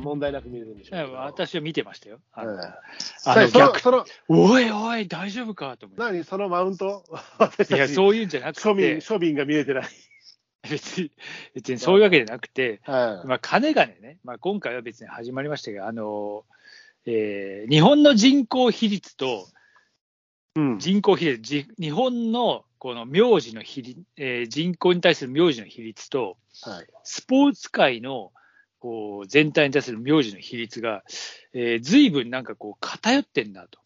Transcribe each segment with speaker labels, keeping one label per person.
Speaker 1: 問題なく見れるんでしょうけど。
Speaker 2: 私は見てましたよ。あの
Speaker 1: うん
Speaker 2: あの
Speaker 1: その
Speaker 2: 逆
Speaker 1: その
Speaker 2: おいおい、大丈夫かと思っ
Speaker 1: 何そのマウント 私
Speaker 2: て。
Speaker 1: た
Speaker 2: いや、
Speaker 1: ち
Speaker 2: そういうんじゃなく
Speaker 1: 庶民
Speaker 2: て、
Speaker 1: 庶民が見れてない。
Speaker 2: 別に、別にそういうわけじゃなくて、
Speaker 1: はい
Speaker 2: まあ、金がね、まあ、今回は別に始まりましたが、あの、えー日本の人口比率と、
Speaker 1: うん
Speaker 2: 人口比率、じ日本のこの名字の比率、えー人口に対する名字の比率と、
Speaker 1: はい
Speaker 2: スポーツ界のこう全体に対する名字の比率が、えー、随分なんかこう偏ってんなと。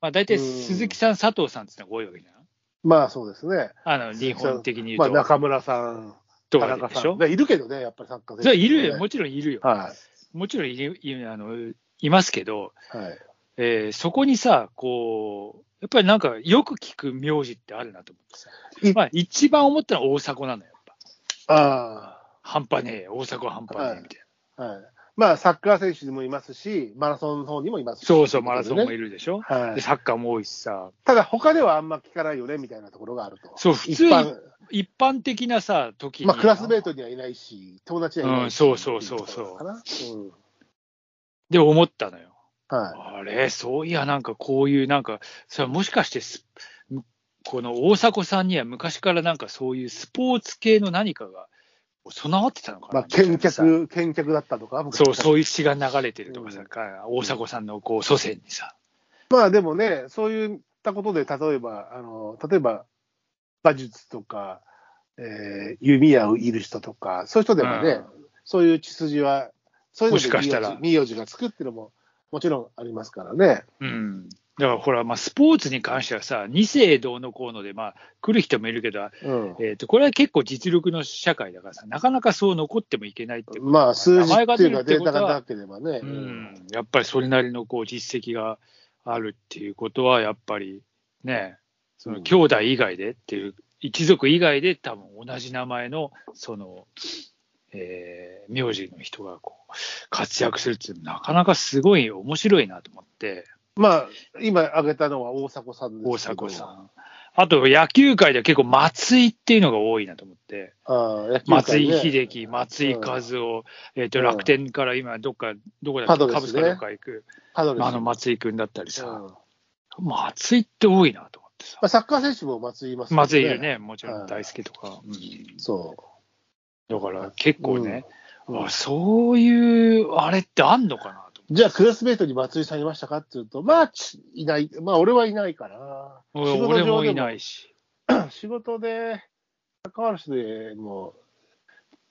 Speaker 2: まあ、大体
Speaker 1: うん
Speaker 2: 鈴木さん、佐藤さんっていうのが多いわけじゃない
Speaker 1: まあそうですね。
Speaker 2: あの日本的に言う
Speaker 1: まあ
Speaker 2: と、
Speaker 1: 中村さん、
Speaker 2: と
Speaker 1: 田
Speaker 2: か
Speaker 1: 中
Speaker 2: でし
Speaker 1: さ
Speaker 2: ょ
Speaker 1: ん。。でいるけどね、やっぱりサッカー選手、ね。
Speaker 2: それいるよ、もちろんいるよ。
Speaker 1: は
Speaker 2: もちろんいるいるあのいますけど、
Speaker 1: い。はい。
Speaker 2: えーそこにさ、こう、やっぱりなんかよく聞く名字ってあるなと思ってさ
Speaker 1: い、
Speaker 2: まあ、一番思ったのは大迫なのよ、やっぱ。
Speaker 1: あ
Speaker 2: 半端ねえ、大迫半端ねえみたいな。
Speaker 1: あ。はい。まあサッカー選手にもいますし、マラソンの方にもいますし。
Speaker 2: そうそう、マラソンもい
Speaker 1: る。
Speaker 2: るでしょ。
Speaker 1: は
Speaker 2: で
Speaker 1: い。
Speaker 2: サッカーも多いしさ、
Speaker 1: ただ他ではあんま聞かないよねみたいなところがあると。
Speaker 2: そう、普
Speaker 1: 一
Speaker 2: 通に
Speaker 1: 般、
Speaker 2: 一般的なさ、時に。
Speaker 1: まあクラスメートにはいないし、友達にはいないし。
Speaker 2: うんそうそうそ
Speaker 1: っ
Speaker 2: うそう
Speaker 1: ていところかなうん
Speaker 2: で思ったのよ。
Speaker 1: はい。
Speaker 2: あれ、そういや、なんかこういう、なんか、それもしかしてスむこの大迫さんには昔からなんかそういうスポーツ系の何かが備わってたのかな
Speaker 1: まあ、
Speaker 2: みたい
Speaker 1: 見
Speaker 2: なさ
Speaker 1: 客、見客だったとか、昔
Speaker 2: そう、そういう血が流れてるとかさ、
Speaker 1: うん
Speaker 2: か大迫さんのこう祖先にさ、
Speaker 1: まあでもね、そういったことで、例えば、あの例えば馬術とか、えー弓矢を射る人とか、そういう人でもね、
Speaker 2: うん
Speaker 1: そういう血筋は、そういうの
Speaker 2: もしかしたら
Speaker 1: で名字名字がつくっていうのも、もちろんありますからね。
Speaker 2: うん、だからほら、まあ、スポーツに関してはさ、二世どうのこうので、まあ、来る人もいるけど、
Speaker 1: うん、
Speaker 2: えー、とこれは結構実力の社会だからさ、なかなかそう残ってもいけないってこと
Speaker 1: まあ、数字っていう
Speaker 2: 名前が
Speaker 1: か、
Speaker 2: 出るって
Speaker 1: デ
Speaker 2: こ
Speaker 1: ー
Speaker 2: と
Speaker 1: タ
Speaker 2: は
Speaker 1: がなければね、う
Speaker 2: う
Speaker 1: ん
Speaker 2: ん、やっぱりそれなりのこう実績があるっていうことは、やっぱりね、その兄弟以外でっていう、一族以外で多分同じ名前の、その、えー名字の人がこう活躍するっていうのはなかなかすごい面白いなと思って、
Speaker 1: まあ、今挙げたのは大迫さん
Speaker 2: 大
Speaker 1: ですけど
Speaker 2: 迫さん。あと野球界では結構松井っていうのが多いなと思って。
Speaker 1: ああ野球
Speaker 2: 松
Speaker 1: 界
Speaker 2: 井
Speaker 1: ね
Speaker 2: 秀喜、松井和夫、えっと
Speaker 1: うん
Speaker 2: 楽天から今、どっか、どこだ
Speaker 1: パド
Speaker 2: っ
Speaker 1: レ
Speaker 2: け、
Speaker 1: ス
Speaker 2: カブスかどっか行く、
Speaker 1: パドレス
Speaker 2: あの松井君だったり
Speaker 1: うん
Speaker 2: さ、
Speaker 1: ま
Speaker 2: 松井って多いなと思ってさ、
Speaker 1: あ、サッカー選手も松井いますよ
Speaker 2: 松井いる。ね、もちろ
Speaker 1: うんん
Speaker 2: 大輔とか、うん
Speaker 1: そう
Speaker 2: だから結構ね、
Speaker 1: うん
Speaker 2: あそういうあれってあんのかなと
Speaker 1: じゃあ、クラスメートに松井さんいましたかっていうと、まあ、ちいない、まあ、俺はいないかな。
Speaker 2: 思
Speaker 1: 仕
Speaker 2: って、
Speaker 1: 事
Speaker 2: 俺
Speaker 1: 上で
Speaker 2: もいないし、
Speaker 1: 仕事で関わる人でも、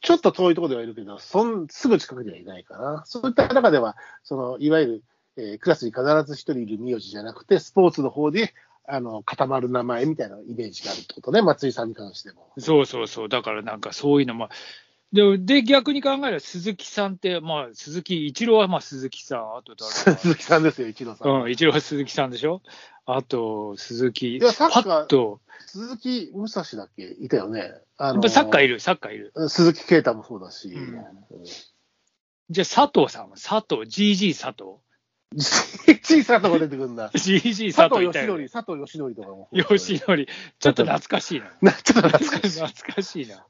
Speaker 1: ちょっと遠いところではいるけど、そんすぐ近くにはいないかな。そういった中では、そのいわゆる、えークラスに必ず一人いる名字じゃなくて、スポーツの方であの固まる名前みたいなイメージがあるってことね、松井さんに関しても。
Speaker 2: そうそうそう、だからなんかそういうのも、でで逆に考えれば、鈴木さんって、まあ、鈴木、一郎はまあ鈴木さん、あと誰だろう
Speaker 1: 鈴木さんですよ、一郎さん。
Speaker 2: うん、一応鈴木さんでしょあと、鈴木。
Speaker 1: いやサッカー
Speaker 2: パッと。
Speaker 1: 鈴木武蔵だっけいたよね。あ
Speaker 2: やっぱサッカー
Speaker 1: ー
Speaker 2: いる、サッカーいる。
Speaker 1: 鈴木啓太もそうだし。
Speaker 2: うん
Speaker 1: うん
Speaker 2: じゃあ、佐藤さんは、佐藤、GG 佐藤。
Speaker 1: 小さなとこ出てくるんだ。
Speaker 2: GG
Speaker 1: 佐
Speaker 2: 佐
Speaker 1: 藤
Speaker 2: 藤い
Speaker 1: 義
Speaker 2: たよ、ね
Speaker 1: 則、。佐藤義則とかも。
Speaker 2: 吉典。ちょっと懐かしいな。
Speaker 1: なちょっと懐
Speaker 2: 懐
Speaker 1: か
Speaker 2: か
Speaker 1: しい。
Speaker 2: しいな。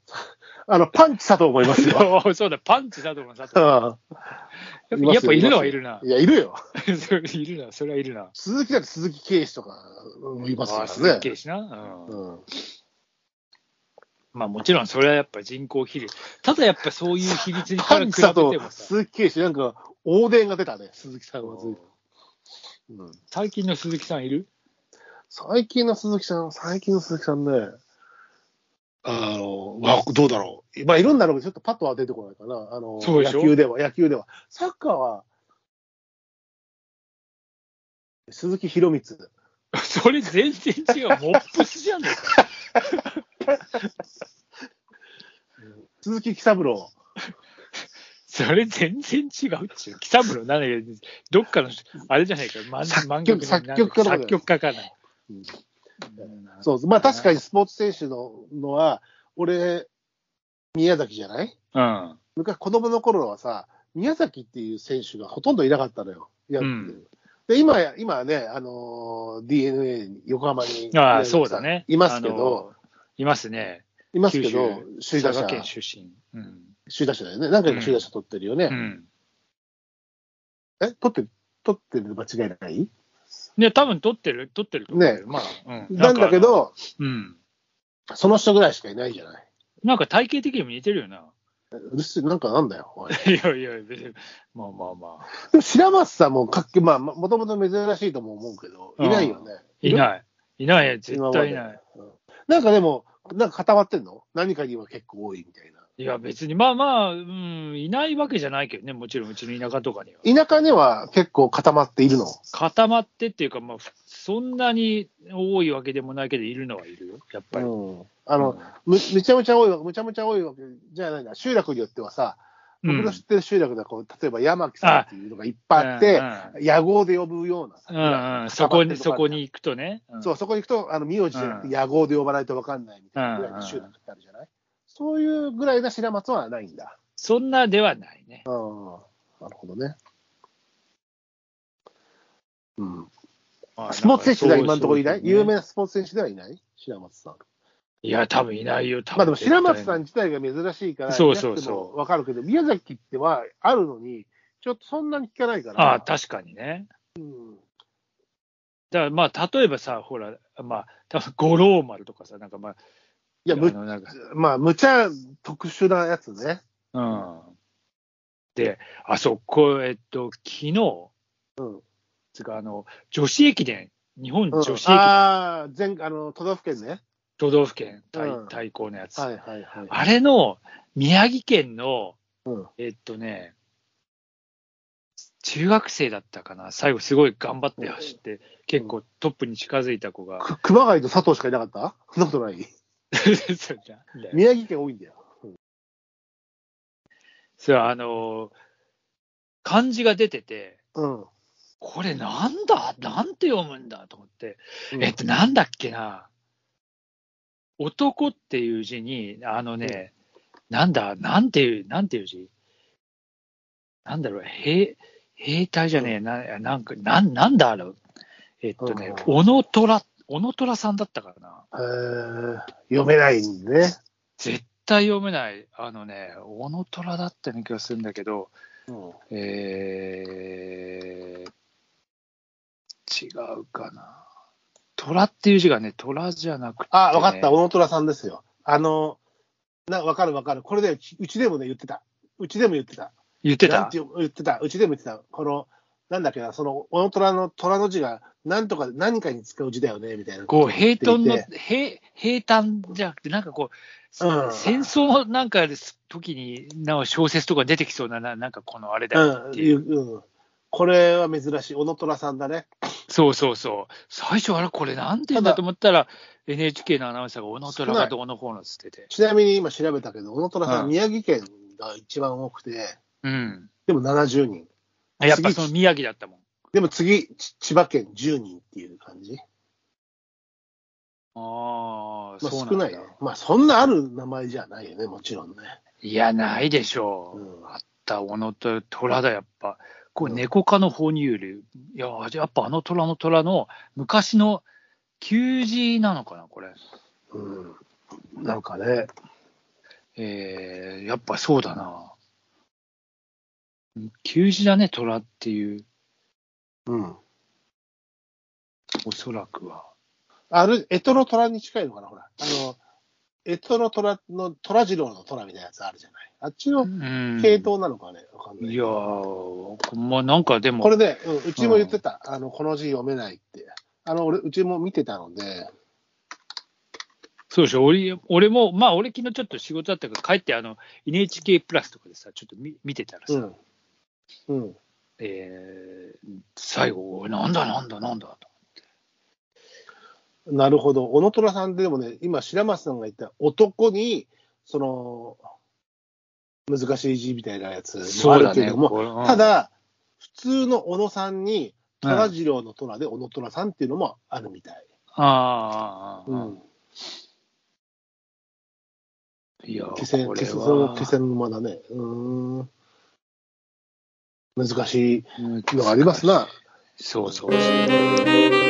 Speaker 1: あの、パンチ佐藤もいますよ。
Speaker 2: そうそうだ、パンチ佐藤の佐
Speaker 1: うん
Speaker 2: 藤。やっぱやっぱいるのはいるな。
Speaker 1: いや、いるよ。
Speaker 2: それいるな、それはいるな。
Speaker 1: 鈴木だって鈴木啓士とかもいます
Speaker 2: あ
Speaker 1: か
Speaker 2: あすっ
Speaker 1: ら
Speaker 2: げ
Speaker 1: ね。
Speaker 2: えしな。うん
Speaker 1: うん、
Speaker 2: まあもちろんそれはやっぱ人口比率。ただやっぱそういう比率にか
Speaker 1: パ
Speaker 2: ら
Speaker 1: ン
Speaker 2: 比
Speaker 1: チ
Speaker 2: べ
Speaker 1: 佐
Speaker 2: て
Speaker 1: 藤
Speaker 2: も、さ。
Speaker 1: 鈴木啓士、なんか、往電が出たね、鈴木さんはずいぶん、うん。
Speaker 2: 最近の鈴木さんいる
Speaker 1: 最近の鈴木さん、最近の鈴木さんね、あの、まあ、どうだろう。まあ、いるんだろうけど、ちょっとパッとは出てこないかな。あの、
Speaker 2: そうで
Speaker 1: 野
Speaker 2: しょ
Speaker 1: 球では、野球では。サッカーは、鈴木博光。
Speaker 2: それ全然違う、モップスじゃねえか。
Speaker 1: 鈴木喜三郎。
Speaker 2: それ全然違うっちゅう。喜三郎なんだけど、どっかの、あれじゃないか、ま、
Speaker 1: 作曲
Speaker 2: 漫画の
Speaker 1: 作曲家とかだよ
Speaker 2: 作曲家かな。
Speaker 1: うん
Speaker 2: うん
Speaker 1: そうそうまあ、確かにスポーツ選手ののは、俺、宮崎じゃない
Speaker 2: うん。
Speaker 1: 昔、子供の頃はさ、宮崎っていう選手がほとんどいなかったのよ。いや
Speaker 2: うん
Speaker 1: で今や、今はね、あのー、DNA、横浜に、
Speaker 2: ああ、そうだね。
Speaker 1: いますけ
Speaker 2: あ
Speaker 1: ど
Speaker 2: の、。いますね。
Speaker 1: いますけど、首位
Speaker 2: 佐
Speaker 1: 打
Speaker 2: 賀
Speaker 1: 者、
Speaker 2: 県出身。うん。
Speaker 1: 首位打者だよね。何回か首位打者取ってるよね。
Speaker 2: うん。
Speaker 1: え、取ってる、取ってるの間違いない
Speaker 2: ね、多分取ってる、取ってると思うけど
Speaker 1: ね
Speaker 2: まあ、うん。
Speaker 1: なんだけ
Speaker 2: か、
Speaker 1: ど、
Speaker 2: うん。
Speaker 1: その人ぐらいしかいないじゃない。
Speaker 2: なんか体型的にも似てるよな。
Speaker 1: うるせえ、なんかなんだよ、おい。
Speaker 2: いやいや、別に、まあまあまあ。
Speaker 1: でも白松さんもかっけ、まあ、もともと珍しいとも思うけど、いないよね。
Speaker 2: いない。いない、絶
Speaker 1: 今まで
Speaker 2: 対いない。
Speaker 1: なんかでも、なんか固まってんの何かには結構多いみたい
Speaker 2: いや、別に、まあまあ、うん、いないわけじゃないけどね、もちろん、うちの田舎とかには。
Speaker 1: な。田舎には結構固まっているの。
Speaker 2: 固まってっていうか、まあ、ふそんなに多いわけでもないけど、いるのはいるよ、やっぱり。
Speaker 1: うんあの、む、むちゃむちゃ多いわけ、むちゃむちゃ多いわけじゃないな。集落によってはさ、
Speaker 2: う
Speaker 1: 僕
Speaker 2: ん
Speaker 1: の知ってる集落だこう例えば山木さんっていうのがいっぱいあって、野号で呼ぶようなさ
Speaker 2: うんうんうん、そこに、そこに。行くとね。うん
Speaker 1: そう、そこに行くと、あの、名字じゃなくて野号で呼ばないと分かんないみたいなぐらいの集落ってあるじゃないそういうぐらいが白松はないんだ。
Speaker 2: そんなではないね。
Speaker 1: ああ、なるほどね。うん。スポーツ選手では今のところいない有名
Speaker 2: な。
Speaker 1: なスポーツ選手ではいない白松さん。
Speaker 2: いや、多分いないよ、多分。
Speaker 1: まあでも白松さん
Speaker 2: ん。
Speaker 1: 自体が珍しいから、
Speaker 2: そうそうそう
Speaker 1: 分かるけど、宮崎ってはあるのに、ちょっとそんなに聞かないから。
Speaker 2: ああ、確かにね。
Speaker 1: うん
Speaker 2: だからまあ、例えばさ、ほら、まあ、多分五郎丸とかさ、なんかまあ、
Speaker 1: いや、
Speaker 2: あ
Speaker 1: む
Speaker 2: のなんか
Speaker 1: まあ、むちゃ特殊なやつね。
Speaker 2: うん。で、あそこ、えっと、昨日、
Speaker 1: うん。
Speaker 2: つうか、あの、女子駅伝、日本
Speaker 1: うん
Speaker 2: 女子駅伝、
Speaker 1: ああ、全、あの、都道府県ね。
Speaker 2: 都道府県対
Speaker 1: うん
Speaker 2: 対抗のやつ。
Speaker 1: はいはいはい。
Speaker 2: あれの、宮城県の、
Speaker 1: うん
Speaker 2: えっとね、中学生だったかな、最後すごい頑張って走って、結構トップに近づいた子が、
Speaker 1: く熊谷と佐藤しかいなかったそんなことない。
Speaker 2: そうなんだよ
Speaker 1: 宮城県多いんだよ。
Speaker 2: それはあのー、漢字が出てて、
Speaker 1: うん。
Speaker 2: これなんだなんて読むんだと思って、
Speaker 1: うん
Speaker 2: えっと、なんだっけな、男っていう字に、あのね、なんだ、なんていう、なんていう字なんだろう、兵、兵隊じゃねえ、ななんか、なんなんだろう。えっとね、
Speaker 1: う
Speaker 2: 小野虎、小野虎さんだったからな。
Speaker 1: えー読めないんでね。
Speaker 2: 絶対読めない。あのね、小野虎だったような気がするんだけど、
Speaker 1: うん。
Speaker 2: えー、違うかな。虎っていう字がね、虎じゃなくて、
Speaker 1: あ、わかった。小野虎さんですよ。あの、な、わかるわかる。これでうち、うちでもね、言ってた。うちでも言ってた。
Speaker 2: 言って
Speaker 1: なん
Speaker 2: た
Speaker 1: て言ってた。うちでも言ってた。この、なんだっけな、その、小野虎の虎の字が、なんとか、何かに使う字だよね、みたいな。
Speaker 2: こう平
Speaker 1: ってい
Speaker 2: 坦の
Speaker 1: て
Speaker 2: 平平坦じゃなくてなんかこう、
Speaker 1: うん
Speaker 2: 戦争のなんかです時になんか小説とか出てきそうなななんかこのあれだよ
Speaker 1: う
Speaker 2: っ
Speaker 1: ん
Speaker 2: ていう、
Speaker 1: うん。これは珍しい。小野虎さんだね。
Speaker 2: そうそうそう最初あれこれなんて言うん
Speaker 1: た
Speaker 2: だ
Speaker 1: だ
Speaker 2: と思ったら NHK のアナウンサーが小野
Speaker 1: 少な
Speaker 2: 寺
Speaker 1: い
Speaker 2: がどうのこうのっつってて
Speaker 1: ちなみに今調べたけど、小野虎さん、
Speaker 2: うん
Speaker 1: 宮城県が一番多くて、
Speaker 2: うん
Speaker 1: でも70人。
Speaker 2: やっぱその宮城だったもん
Speaker 1: でも次、ち千葉県10人っていう感じ。
Speaker 2: ああ
Speaker 1: まあ、
Speaker 2: そう
Speaker 1: 少
Speaker 2: なんだ
Speaker 1: ないね。まあ、そんなある名前じゃないよね、もちろんね。
Speaker 2: いやないでしょう、
Speaker 1: うん
Speaker 2: あった小野と虎だやっぱこ
Speaker 1: う
Speaker 2: うん猫科の哺乳類いややっぱあの虎の虎の昔の旧字なのかなこれ
Speaker 1: うん。なんかね、
Speaker 2: えー、やっぱそうだな。旧字だね、虎っていう、
Speaker 1: うん。
Speaker 2: おそらくは。
Speaker 1: あれ、エトロ虎に近いのかな、ほら。あの、エトロ虎の虎次郎の虎みたいなやつあるじゃない。あっち
Speaker 2: う
Speaker 1: の
Speaker 2: ん。
Speaker 1: 系統なのかね、わかんない。
Speaker 2: いやー、まあ、なんかでも、
Speaker 1: これで、うん、うちも言ってた、あの、この字読めないって。あの、俺、うちも見てたので、
Speaker 2: そうでしょ、俺俺も、まあ、俺、昨日ちょっと仕事だったから、帰ってあの NHK プラスとかでさ、ちょっと見見てたらさ、
Speaker 1: うん。うん。
Speaker 2: えー、最後、おいなんだ、なんだ、なんだと。
Speaker 1: なるほど。小野虎さんでもね、今、白松さんが言った男に、その、難しい字みたいなやつもあるけれども、
Speaker 2: これうん
Speaker 1: ただ、普通の小野さんに、虎次郎の虎で小野虎さんっていうのもあるみたい。
Speaker 2: あーあー、
Speaker 1: う
Speaker 2: あー
Speaker 1: ん。
Speaker 2: いやー、
Speaker 1: 気仙、
Speaker 2: これ
Speaker 1: 気仙、
Speaker 2: は
Speaker 1: それも気仙沼だね。うーん。難しいのがありますな。
Speaker 2: そうそうそう。